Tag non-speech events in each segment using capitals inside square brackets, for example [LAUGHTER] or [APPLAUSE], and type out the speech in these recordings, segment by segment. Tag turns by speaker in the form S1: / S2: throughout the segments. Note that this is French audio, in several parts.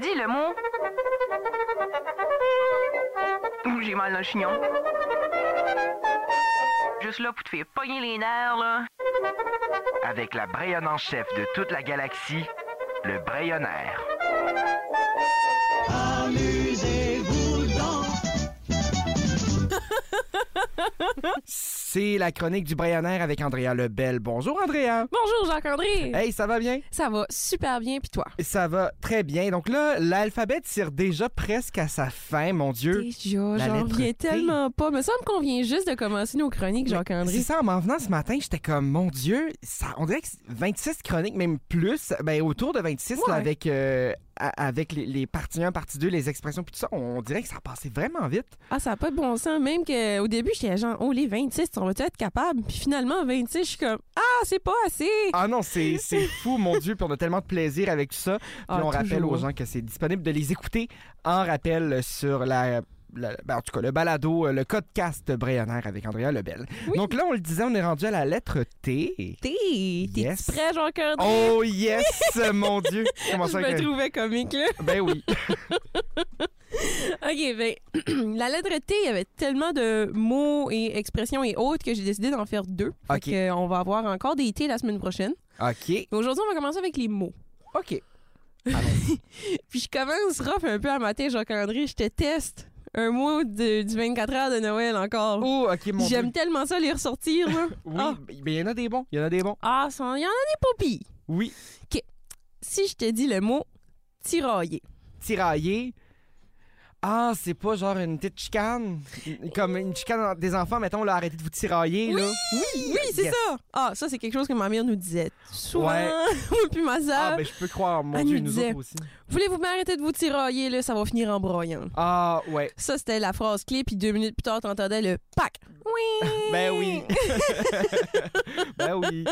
S1: dit le mot. Ouh, j'ai mal dans le chignon. Juste là pour te faire pogner les nerfs, là.
S2: Avec la Brayonne en chef de toute la galaxie, le Brayonnaire. C'est la chronique du Brayonnaire avec Andrea Lebel. Bonjour Andrea.
S3: Bonjour Jacques-André.
S2: Hey, ça va bien?
S3: Ça va super bien, puis toi?
S2: Ça va très bien. Donc là, l'alphabet tire déjà presque à sa fin, mon Dieu.
S3: Déjà,
S2: La
S3: j'en
S2: lettre
S3: reviens
S2: T.
S3: tellement pas. Me semble qu'on vient juste de commencer nos chroniques,
S2: C'est
S3: Jacques-André.
S2: ça, en m'en venant ce matin, j'étais comme, mon Dieu, ça, on dirait que c'est 26 chroniques, même plus, ben, autour de 26, là,
S3: Ouais.
S2: avec, euh, a- avec les, les parties 1, partie 2, les expressions, puis tout ça, on, on dirait que ça a passé vraiment vite.
S3: Ah, ça n'a pas de bon sens. Même qu'au début, j'étais genre, oh, les 26, on va-tu être capable? Puis finalement, 26, je suis comme, ah, c'est pas assez.
S2: Ah non, c'est
S3: [LAUGHS]
S2: c'est fou, mon Dieu, puis on a tellement de plaisir avec tout ça. Puis
S3: Ah,
S2: on rappelle
S3: toujours.
S2: aux gens que c'est disponible de les écouter en rappel sur la... la- ben, en tout cas, le balado, euh, le codcast Brayonnaire avec Andrea Lebel. Donc là, on le disait, on est rendu à la lettre T.
S3: T'es, t'es-tu
S2: Yes.
S3: prêt, Jacques-André?
S2: Oh yes, mon
S3: [LAUGHS]
S2: Dieu! Comment
S3: je
S2: ça
S3: me
S2: que-
S3: trouvais comique, là.
S2: Ben oui.
S3: [LAUGHS] OK, ben, [CLEARS THROAT] la lettre T, il y avait tellement de mots et expressions et autres que j'ai décidé d'en faire deux. Fait
S2: OK.
S3: que, euh, on va avoir encore des T la semaine prochaine.
S2: OK.
S3: Mais Aujourd'hui, on va commencer avec les mots.
S2: OK.
S3: Puis je commence rough un peu à matin, Jacques-André, je te teste un mot de- du 24 heures de Noël encore.
S2: Oh, OK, mon Dieu.
S3: J'aime tellement ça les ressortir,
S2: [LAUGHS]
S3: là.
S2: Oui,
S3: Ah.
S2: mais il y en a des bons. Il y en a des bons.
S3: Ah, ça- il y en a des popis.
S2: Oui.
S3: Si je te dis le mot tirailler.
S2: Tiraillé. Ah, c'est pas genre une petite chicane. Comme une chicane en- des enfants, mettons, là, arrêtez de vous tirailler, là.
S3: Oui, c'est
S2: Yes.
S3: ça. Ah, ça, c'est quelque chose que ma mère nous disait souvent.
S2: Ouais.
S3: [LAUGHS] Moi, puis ma sœur.
S2: Ah, ben, je peux croire, mon
S3: Elle
S2: Dieu,
S3: nous
S2: nous
S3: disait.
S2: autres aussi.
S3: Voulez-vous bien arrêter de vous tirailler, là? Ça va finir en broyant.
S2: Ah, ouais.
S3: Ça, c'était la phrase clé, puis deux minutes plus tard, t'entendais le pack. [LAUGHS] Oui!
S2: Ben oui. [LAUGHS] ben oui.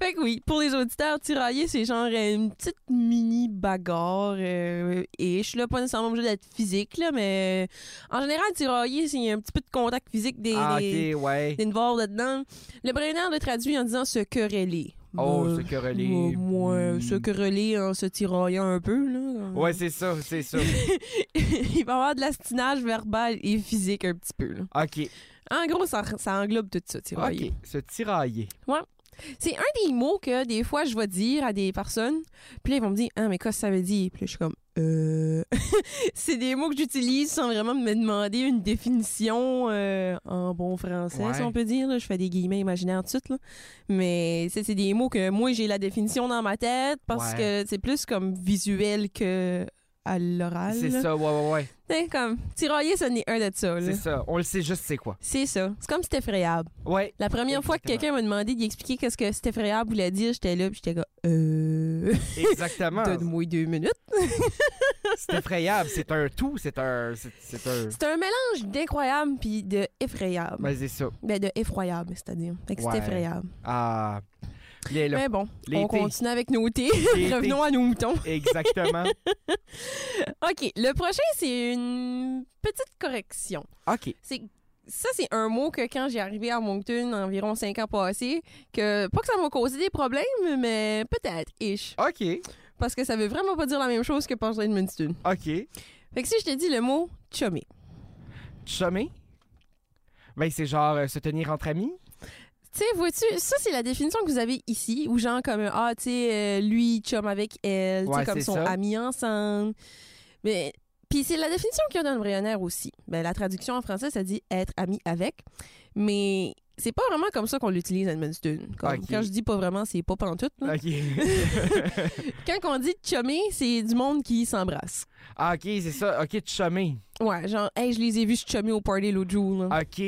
S3: Fait que oui, pour les auditeurs, tirailler, c'est genre euh, une petite mini bagarre euh, ish, là, pas nécessairement obligé d'être physique, là, mais euh, en général, tirailler, c'est un petit peu de contact physique des,
S2: Ah,
S3: des,
S2: OK, ouais.
S3: des niveaux là-dedans. Le Brenner le traduit en disant se quereller.
S2: Oh,
S3: Ben,
S2: se quereller. hmm.
S3: ben, ouais, se quereller en se tiraillant un peu, là.
S2: Ouais, c'est ça, c'est ça.
S3: [LAUGHS] Il va y avoir de l'astinage verbal et physique un petit peu, là.
S2: OK.
S3: En gros, ça, ça englobe tout ça, tirailler.
S2: OK. Se tirailler.
S3: C'est un des mots que des fois je vais dire à des personnes, puis là ils vont me dire "Ah mais qu'est-ce que ça veut dire Puis là, je suis comme euh [LAUGHS] c'est des mots que j'utilise sans vraiment me demander une définition euh, en bon français,
S2: Ouais.
S3: si on peut dire là. je fais des guillemets imaginaires tout de suite là. Mais c'est c'est des mots que moi j'ai la définition dans ma tête parce
S2: Ouais.
S3: que c'est plus comme visuel que à l'oral.
S2: C'est
S3: Ah, là.
S2: ça, ouais, ouais, ouais.
S3: T'sais, comme tirailler ce n'est un de ça. là.
S2: C'est ça. On le sait juste, c'est quoi.
S3: C'est ça. C'est comme c'était effrayable. [LAUGHS]
S2: Ouais.
S3: La première fois que
S2: Exactement.
S3: quelqu'un m'a demandé d'expliquer qu'est-ce que c'était effrayable voulait dire, j'étais là, puis j'étais comme euh [LAUGHS]
S2: Exactement.
S3: donne-moi deux minutes.
S2: C'est effrayable. C'est un tout. C'est un. c'est- C'est un.
S3: C'est un mélange d'incroyable puis de effrayable.
S2: Ben, c'est ça.
S3: Ben de effroyable, c'est-à-dire. Fait que
S2: Ouais.
S3: c'était effrayable.
S2: Ah. Bien là.
S3: Mais bon,
S2: les
S3: on
S2: thés.
S3: continue avec nos
S2: [LAUGHS]
S3: thés.
S2: Les thés.
S3: Revenons à nos moutons. [LAUGHS]
S2: Exactement.
S3: OK, le prochain c'est une petite correction.
S2: OK.
S3: C'est ça, c'est un mot que quand j'ai arrivé à Moncton environ cinq ans passés, que pas que ça m'a causé des problèmes, mais peut-être, ish.
S2: OK.
S3: Parce que ça veut vraiment pas dire la même chose que penser de Moncton.
S2: OK.
S3: Fait que si je te dis le mot chummy,
S2: Chummer. Ben, c'est genre euh, se tenir entre amis.
S3: tu sais, vois-tu, ça c'est la définition que vous avez ici, où genre comme ah, tu sais, euh, lui chum avec elle, tu
S2: Ouais,
S3: sais, comme
S2: c'est
S3: ils sont
S2: ça.
S3: amis ensemble. Mais puis c'est la définition qu'il y a dans le Brionnaire aussi. Ben la traduction en français ça dit être ami avec, mais c'est pas vraiment comme ça qu'on l'utilise à Edmundston. Comme-
S2: Ok.
S3: Quand je dis pas vraiment, c'est pas pantoute. là.
S2: OK.
S3: [LAUGHS] Quand on dit chummy, c'est du monde qui s'embrasse.
S2: Ah, OK, c'est ça. OK, chummer.
S3: Ouais, genre, hey, je les ai vus se chummer au party l'autre jour. là.
S2: OK.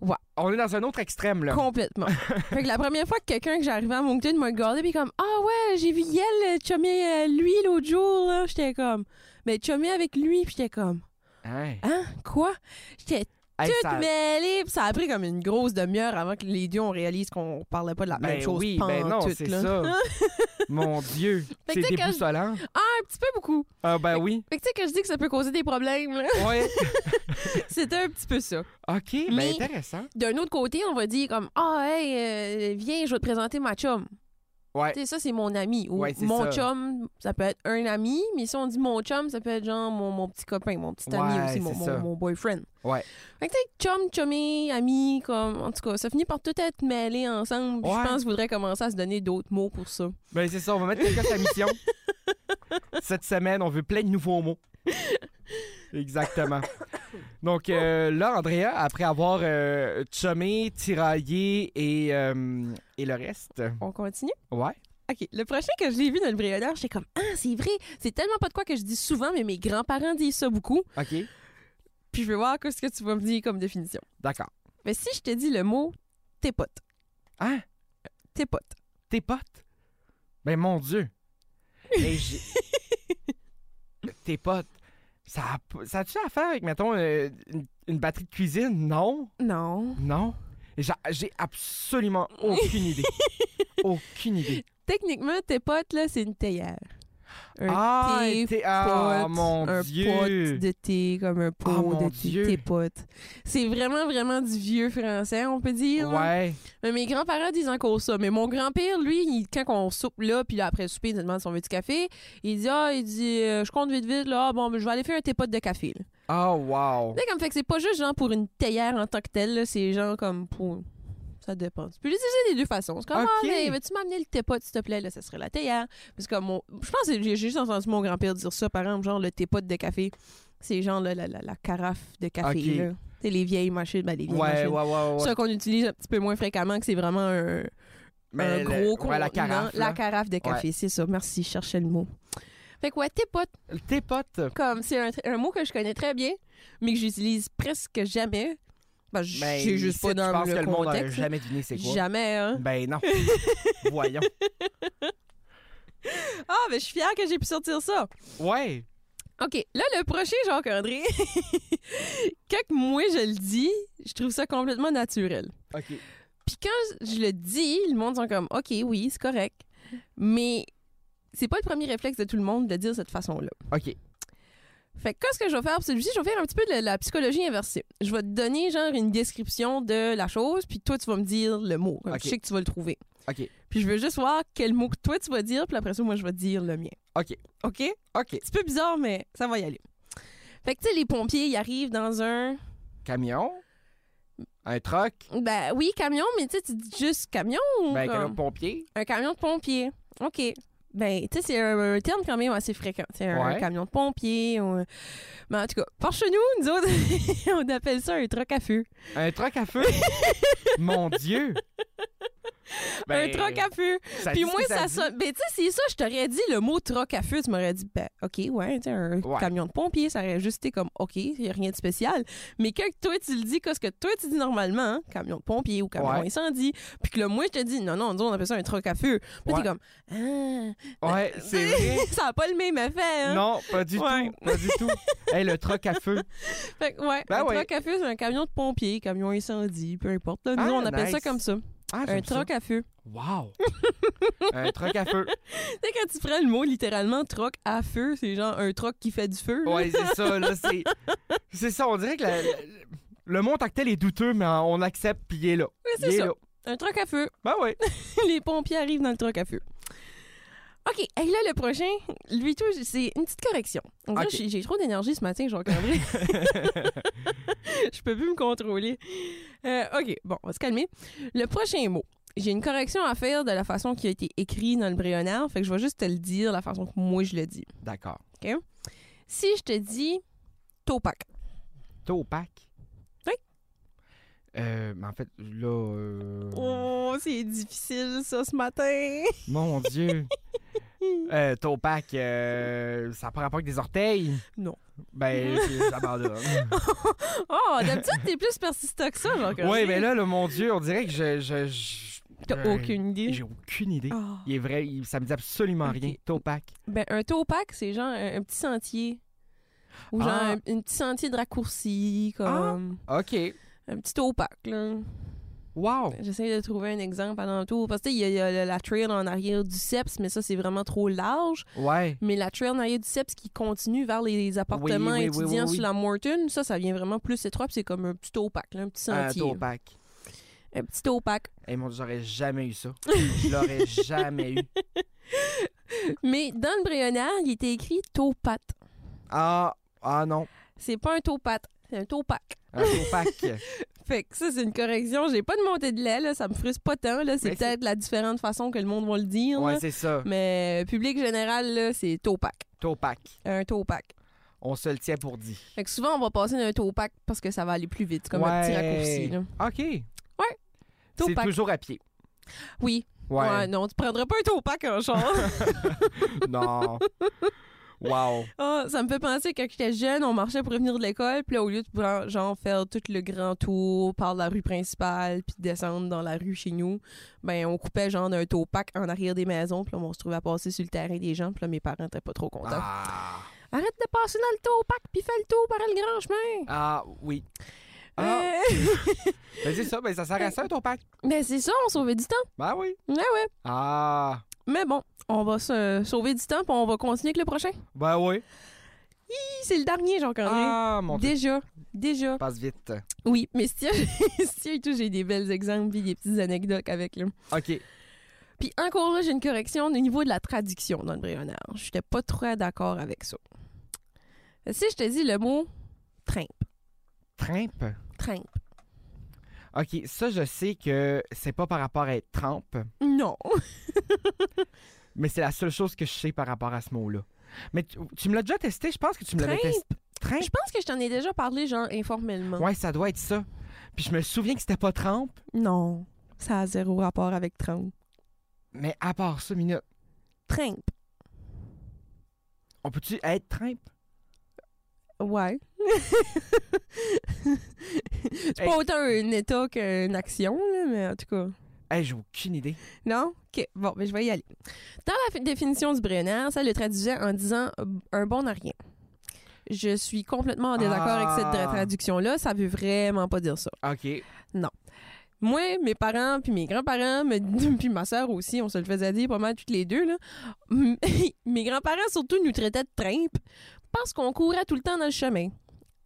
S3: Ouais.
S2: On est dans un autre extrême, là. [LAUGHS]
S3: Complètement. fait que la première fois que quelqu'un que j'arrivais à Moncton m'a regardé puis comme ah ouais, j'ai vu Yel euh, chummer euh, lui l'autre jour là, j'étais comme mais chummer avec lui, puis j'étais comme
S2: Hein?
S3: hein, quoi J'étais
S2: Hey,
S3: toute
S2: ça-
S3: mêlée, puis ça a pris comme une grosse demi-heure avant que les deux on réalise qu'on parlait pas de la même
S2: Ben
S3: chose
S2: oui, ben non,
S3: pantoute,
S2: c'est
S3: là. [LAUGHS]
S2: ça. Mon Dieu.
S3: Fait
S2: C'est
S3: que tu sais, quand je-
S2: déboussolant.
S3: Un petit peu beaucoup.
S2: Ah, ben
S3: [LAUGHS]
S2: oui.
S3: Fait que tu sais que je dis que ça peut causer des problèmes, là,
S2: Ouais.
S3: c'était un petit peu ça.
S2: OK,
S3: Mais-
S2: ben intéressant.
S3: D'un autre côté, on va dire comme ah hey, euh, viens, je vais te présenter ma chum.
S2: Ouais.
S3: Tu sais, ça, c'est mon ami. Ou
S2: Ouais, c'est
S3: mon
S2: ça.
S3: chum, ça peut être un ami, mais si on dit mon chum, ça peut être genre mon, mon petit copain, mon petit ami
S2: Ouais,
S3: aussi, mon,
S2: c'est
S3: mon-
S2: ça.
S3: mon boyfriend.
S2: Ouais.
S3: Fait que, tu sais, chum, chummy, ami, comme, en tout cas, ça finit par tout être mêlé ensemble. puis
S2: Ouais.
S3: Je pense qu'il faudrait commencer à se donner d'autres mots pour ça.
S2: Ben, c'est ça, on va mettre quelqu'un à la
S3: [LAUGHS]
S2: mission. Cette semaine, on veut plein de nouveaux mots. Exactement. Donc euh, là, Andrea, après avoir euh, chummé, tiraillé et, euh, et le reste,
S3: On continue?
S2: ouais.
S3: OK. Le prochain que je l'ai vu dans le brioleur, j'étais comme, ah, c'est vrai, c'est tellement pas de quoi que je dis souvent, mais mes grands-parents disent ça beaucoup.
S2: OK.
S3: Puis je vais voir ce que tu vas me dire comme définition.
S2: D'accord.
S3: Mais si je te dis le mot tépote,
S2: Hein?
S3: tépote.
S2: Tes potes? Ben, mon Dieu. Hey,
S3: [LAUGHS]
S2: j'ai- Tes potes. Ça a, p- ça a-tu à faire avec, mettons, euh, une, une batterie de cuisine? Non.
S3: Non.
S2: Non. J'a- J'ai absolument
S3: [LAUGHS]
S2: aucune idée. aucune idée.
S3: Techniquement, tépote, là, c'est une théière. Un
S2: ah,
S3: thé
S2: t'es- ah,
S3: pote,
S2: mon
S3: un
S2: Dieu.
S3: pot de thé, comme un pot
S2: Ah, mon
S3: de
S2: Dieu.
S3: thé, tépote. C'est vraiment, vraiment du vieux français, on peut dire. là.
S2: Ouais.
S3: Mais mes grands-parents disent encore ça. Mais mon grand-père, lui, il- quand on soupe là, puis là, après le souper, il nous demande si on veut du café, il dit, ah, il dit, euh, je compte vite, vite, là, Ah, bon, ben, je vais aller faire un tépote de café. là.
S2: Ah, wow.
S3: Tu sais, comme fait que c'est pas juste genre pour une théière en tant que telle, là, c'est genre comme pour. Ça dépend. Tu peux l'utiliser des deux façons. C'est comme,
S2: Ok.
S3: ah, mais veux-tu m'amener le tépote, s'il te plaît? Là, ça serait la théière. Parce que mon... je pense que j'ai j'ai juste entendu mon grand-père dire ça, par exemple, genre le tépote de café. C'est genre la, la, la, la carafe de café.
S2: Ok.
S3: là. Tu sais, les vieilles machines, ben, les vieilles
S2: Ouais, ouais,
S3: machines.
S2: ouais, ouais.
S3: Ça qu'on utilise un petit peu moins fréquemment, que c'est vraiment un, un
S2: Ben, le-
S3: gros
S2: ouais, la
S3: contenant.
S2: carafe.
S3: La
S2: là.
S3: carafe de café, c'est ça. Merci, je cherchais le mot. Fait que ouais, tépote,
S2: Tes potes.
S3: comme c'est un, un mot que je connais très bien, mais que j'utilise presque jamais. Ben, j-
S2: Ben,
S3: j'ai juste
S2: ici,
S3: pas dans
S2: Je pense
S3: le
S2: que le monde
S3: contexte.
S2: n'aurait jamais deviné c'est quoi.
S3: Jamais, hein.
S2: Ben
S3: [LAUGHS]
S2: non. Voyons.
S3: Ah, ben je suis fière que j'ai pu sortir ça.
S2: Ouais.
S3: OK, là, le prochain, Jacques-André, [LAUGHS] quand moi je le dis, je trouve ça complètement naturel.
S2: OK.
S3: Puis quand je le dis, le monde sont comme « OK, oui, c'est correct », mais c'est pas le premier réflexe de tout le monde de dire cette façon-là.
S2: OK.
S3: Fait que qu'est-ce que je vais faire pour celui-ci? Je vais faire un petit peu de la psychologie inversée. Je vais te donner genre une description de la chose, puis toi, tu vas me dire le mot. Comme
S2: Ok.
S3: Je sais que tu vas le trouver.
S2: OK.
S3: Puis je veux juste voir quel mot que toi, tu vas dire, puis après ça, moi, je vais te dire le mien.
S2: Ok.
S3: OK?
S2: OK.
S3: petit peu bizarre, mais ça va y aller. Fait que, tu sais, les pompiers, ils arrivent dans un.
S2: Camion. Un truck.
S3: Ben oui, camion, mais tu sais, tu dis juste camion ou.
S2: Ben, un
S3: comme-
S2: camion de pompier.
S3: Un camion de pompier. OK. Ben, tu sais, c'est un, un terme quand même assez fréquent. C'est un
S2: Ouais.
S3: camion de pompier. ou- Ben, en tout cas, par chez nous, nous autres, [LAUGHS] on appelle ça un truc à feu.
S2: Un truck à
S3: [LAUGHS]
S2: feu. Mon Dieu. Ben,
S3: un truc à feu.
S2: ça
S3: Puis
S2: dit ce
S3: moi,
S2: que
S3: ça
S2: dit.
S3: sonne. Ben, tu sais, c'est ça, je t'aurais dit le mot troc à feu, tu m'aurais dit, ben, OK, ouais, tu sais, un
S2: Ouais.
S3: camion de pompier, ça aurait juste été comme, OK, il n'y a rien de spécial. Mais quand toi, tu le dis, qu'est-ce que toi, tu dis normalement, hein, camion de pompier ou camion
S2: Ouais.
S3: incendie, puis que là, moi, je te dis, non, non, nous, on appelle ça un troc à feu. Puis
S2: Ouais.
S3: t'es comme, ah,
S2: Ouais,
S3: [LAUGHS]
S2: c'est vrai.
S3: ça n'a pas le même effet, hein.
S2: Non, pas du
S3: Ouais.
S2: tout. Pas du tout. Hey, le truck à feu.
S3: Fait que, ouais,
S2: Ben
S3: un
S2: ouais.
S3: troc à feu, c'est un camion de pompier, camion incendie, peu importe. Là, nous,
S2: Ah,
S3: on appelle ça
S2: nice.
S3: comme ça,
S2: Ah,
S3: un
S2: j'aime ça.
S3: troc à feu. [LAUGHS]
S2: Wow. un truck à feu.
S3: Tu sais, quand tu prends le mot littéralement troc à feu, c'est genre un troc qui fait du feu. là.
S2: Ouais, c'est ça, là, c'est... C'est ça, on dirait que la- la- le mot en tant que tel est douteux, mais on accepte, puis il est là.
S3: Mais
S2: Il
S3: c'est
S2: est
S3: ça,
S2: là.
S3: un troc à feu. [LAUGHS]
S2: Ben oui.
S3: les pompiers arrivent dans le truc à feu. OK, et là, le prochain, lui, tout, c'est une petite correction. En vrai,
S2: OK.
S3: j'ai- j'ai trop d'énergie ce matin, [LAUGHS] Jean-André. Je peux plus me contrôler. Euh, OK, bon, on va se calmer. Le prochain mot. J'ai une correction à faire de la façon qui a été écrit dans le Bréonard, fait que je vais juste te le dire la façon que moi je le dis.
S2: D'accord.
S3: Si je te dis topac,
S2: T'es opaque?
S3: Oui.
S2: Euh, mais en fait, là... euh,
S3: oh, c'est difficile ça ce matin.
S2: Mon
S3: [LAUGHS]
S2: Dieu. Euh, t'es opaque, euh, ça prend pas avec des orteils?
S3: Non.
S2: Ben, c'est-
S3: [LAUGHS]
S2: j'abandonne.
S3: [LAUGHS] Oh, d'habitude, t'es plus persistant que ça, Jean-André.
S2: ouais, mais là, le mon Dieu, on dirait que je... je, je-
S3: T'as
S2: euh,
S3: aucune idée.
S2: J'ai aucune idée.
S3: Oh.
S2: Il est vrai, il- ça me dit absolument
S3: Ok.
S2: rien. T'es opaque.
S3: Ben, un topac, c'est genre un, un petit sentier. Ou genre
S2: Ah.
S3: un, un petit sentier de raccourci, comme
S2: OK. Ah.
S3: un petit topac, là.
S2: Wow.
S3: J'essaie de trouver un exemple alentour. Parce que tu sais, il y a, il y a la- la trail en arrière du CEPS, mais ça, c'est vraiment trop large.
S2: Ouais.
S3: Mais la trail en arrière du CEPS qui continue vers les, les appartements
S2: oui, oui,
S3: étudiants
S2: oui, oui. Euh,
S3: sur la Morton, ça, ça vient vraiment plus étroit, puis c'est hein. comme un petit topac, là, un petit
S2: Un
S3: sentier.
S2: topac.
S3: Un petit opaque.
S2: Hey, Eh, mon Dieu, j'aurais jamais eu
S3: [LAUGHS]
S2: ça. Je l'aurais jamais eu.
S3: Mais dans le bréonard, il était écrit taupate.
S2: Ah, ah non. Euh,
S3: C'est pas un taupate, c'est un taupac.
S2: Un faux
S3: [LAUGHS]
S2: pack.
S3: Fait que ça, c'est une correction. J'ai pas de montée de lait, là. Ça me frustre pas tant, là. C'est
S2: Mais
S3: peut-être la différente façon que le monde va le dire, là.
S2: Ouais, c'est ça.
S3: Mais euh, public général, là, c'est taupac.
S2: Faux pack.
S3: Un taupac.
S2: On se le tient pour dit.
S3: Fait que souvent, on va passer d'un taupac parce que ça va aller plus vite. C'est comme un petit
S2: Ouais.
S3: raccourci, là.
S2: OK. C'est
S3: Taupac.
S2: toujours à pied.
S3: Oui.
S2: Ouais.
S3: Ouais, non, tu prendrais pas un taupac en char.
S2: [LAUGHS] Non. Wow.
S3: Ah, ça me fait penser que quand j'étais jeune, on marchait pour revenir de l'école, puis là, au lieu de prendre- genre faire tout le grand tour par la rue principale, puis descendre dans la rue chez nous, ben on coupait genre d'un taupac en arrière des maisons, puis là, on se trouvait à passer sur le terrain des gens, puis là, mes parents étaient pas trop contents.
S2: Ah.
S3: Arrête de passer dans le taupac, puis fais le tour par le grand chemin.
S2: Ah, oui. Ah,
S3: Euh,
S2: ben c'est ça, ben ça sert à ça, ton pack.
S3: mais c'est ça, on sauvait du temps.
S2: Ben oui.
S3: Ouais, ouais.
S2: Ah,
S3: Mais bon, on va se sauver du temps, puis on va continuer avec le prochain.
S2: ben oui.
S3: Hi, C'est le dernier, Jean-André.
S2: Ah, mon Dieu,
S3: déjà, déjà.
S2: passe vite.
S3: Oui, mais si [LAUGHS] si et tout, j'ai des belles exemples puis des petites anecdotes avec là.
S2: OK.
S3: Puis encore là, j'ai une correction au niveau de la traduction dans le Bréonard. J'étais pas très d'accord avec ça. Si je te dis le mot trimpe,
S2: Trimpe.
S3: trimpe.
S2: OK, ça, je sais que c'est pas par rapport à être trempe,
S3: Non.
S2: mais c'est la seule chose que je sais par rapport à ce mot-là. Mais tu, tu me l'as déjà testé, je pense que tu me l'avais
S3: Trimpe.
S2: testé. Trimpe.
S3: Je pense que je t'en ai déjà parlé genre informellement.
S2: Ouais, ça doit être ça. Puis je me souviens que c'était pas trempe,
S3: Non, ça a zéro rapport avec trimpe.
S2: mais à part ça, minute,
S3: Trimpe.
S2: on peut-tu être trimpe?
S3: Ouais. [LAUGHS] C'est
S2: Hey.
S3: pas autant un état qu'une action, là, mais en tout cas.
S2: Eh, j'ai aucune idée.
S3: Non? OK. Bon, mais je vais y aller. Dans la fi- définition du Brenner, ça le traduisait en disant euh, un bon à rien. Je suis complètement en désaccord
S2: Ah.
S3: avec cette tra- traduction-là. Ça veut vraiment pas dire ça.
S2: OK.
S3: Moi, mes parents, puis mes grands-parents, me- [LAUGHS] puis ma sœur aussi, on se le faisait dire pas mal toutes les deux. Là. [LAUGHS] mes grands-parents, surtout, nous traitaient de trimpe parce qu'on courait tout le temps dans le chemin.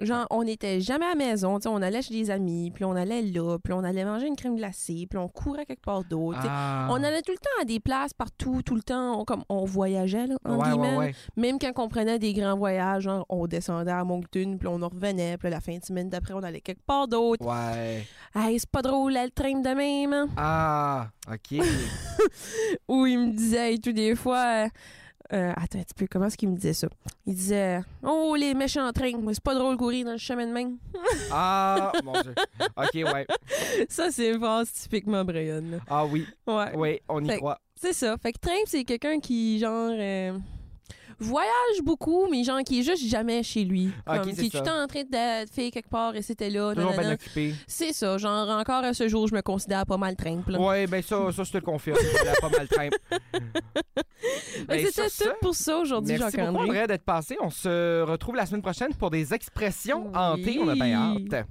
S3: Genre, on n'était jamais à la maison. tu sais, On allait chez des amis, puis on allait là, puis on allait manger une crème glacée, puis on courait quelque part d'autre. tu sais.
S2: Ah.
S3: On allait tout le temps à des places partout, tout le temps, on, comme on voyageait, là, entre
S2: Ouais,
S3: guillemets,
S2: ouais,
S3: là.
S2: ouais.
S3: Même quand on prenait des grands voyages, genre, on descendait à Moncton, puis on en revenait, puis là, la fin de semaine d'après, on allait quelque part d'autre.
S2: Ouais.
S3: Hey, c'est pas drôle, elle traîne de même. hein.
S2: Ah, OK.
S3: Ou il me disait, et tout des fois, euh, euh, attends un petit peu, comment est-ce qu'il me disait ça? Il disait, oh, les méchants trains, moi, c'est pas drôle courir dans le chemin de même.
S2: ah, mon Dieu. OK, ouais.
S3: ça, c'est une phrase typiquement Brian, là.
S2: Ah oui,
S3: Ouais.
S2: oui, on y
S3: Fait-
S2: croit.
S3: C'est ça. Fait que Trimp, c'est quelqu'un qui, genre, euh, voyage beaucoup, mais genre, qui est juste jamais chez lui.
S2: Ah, ok,
S3: Comme,
S2: c'est
S3: qui est tout
S2: ça.
S3: le temps en train de faire quelque part et c'était là.
S2: Toujours bien
S3: nanana.
S2: occupé.
S3: C'est ça. Genre, encore à ce jour, je me considère pas mal Trimp. là.
S2: Ouais, ben ça, ça, je te le confirme. Elle a pas mal trimpe.
S3: Fait que
S2: Ben,
S3: C'était
S2: sur ça,
S3: tout pour ça aujourd'hui,
S2: Merci beaucoup,
S3: Jacques-André.
S2: André, d'être passé. On se retrouve la semaine prochaine pour des expressions
S3: Oui.
S2: hantées. On a bien hâte.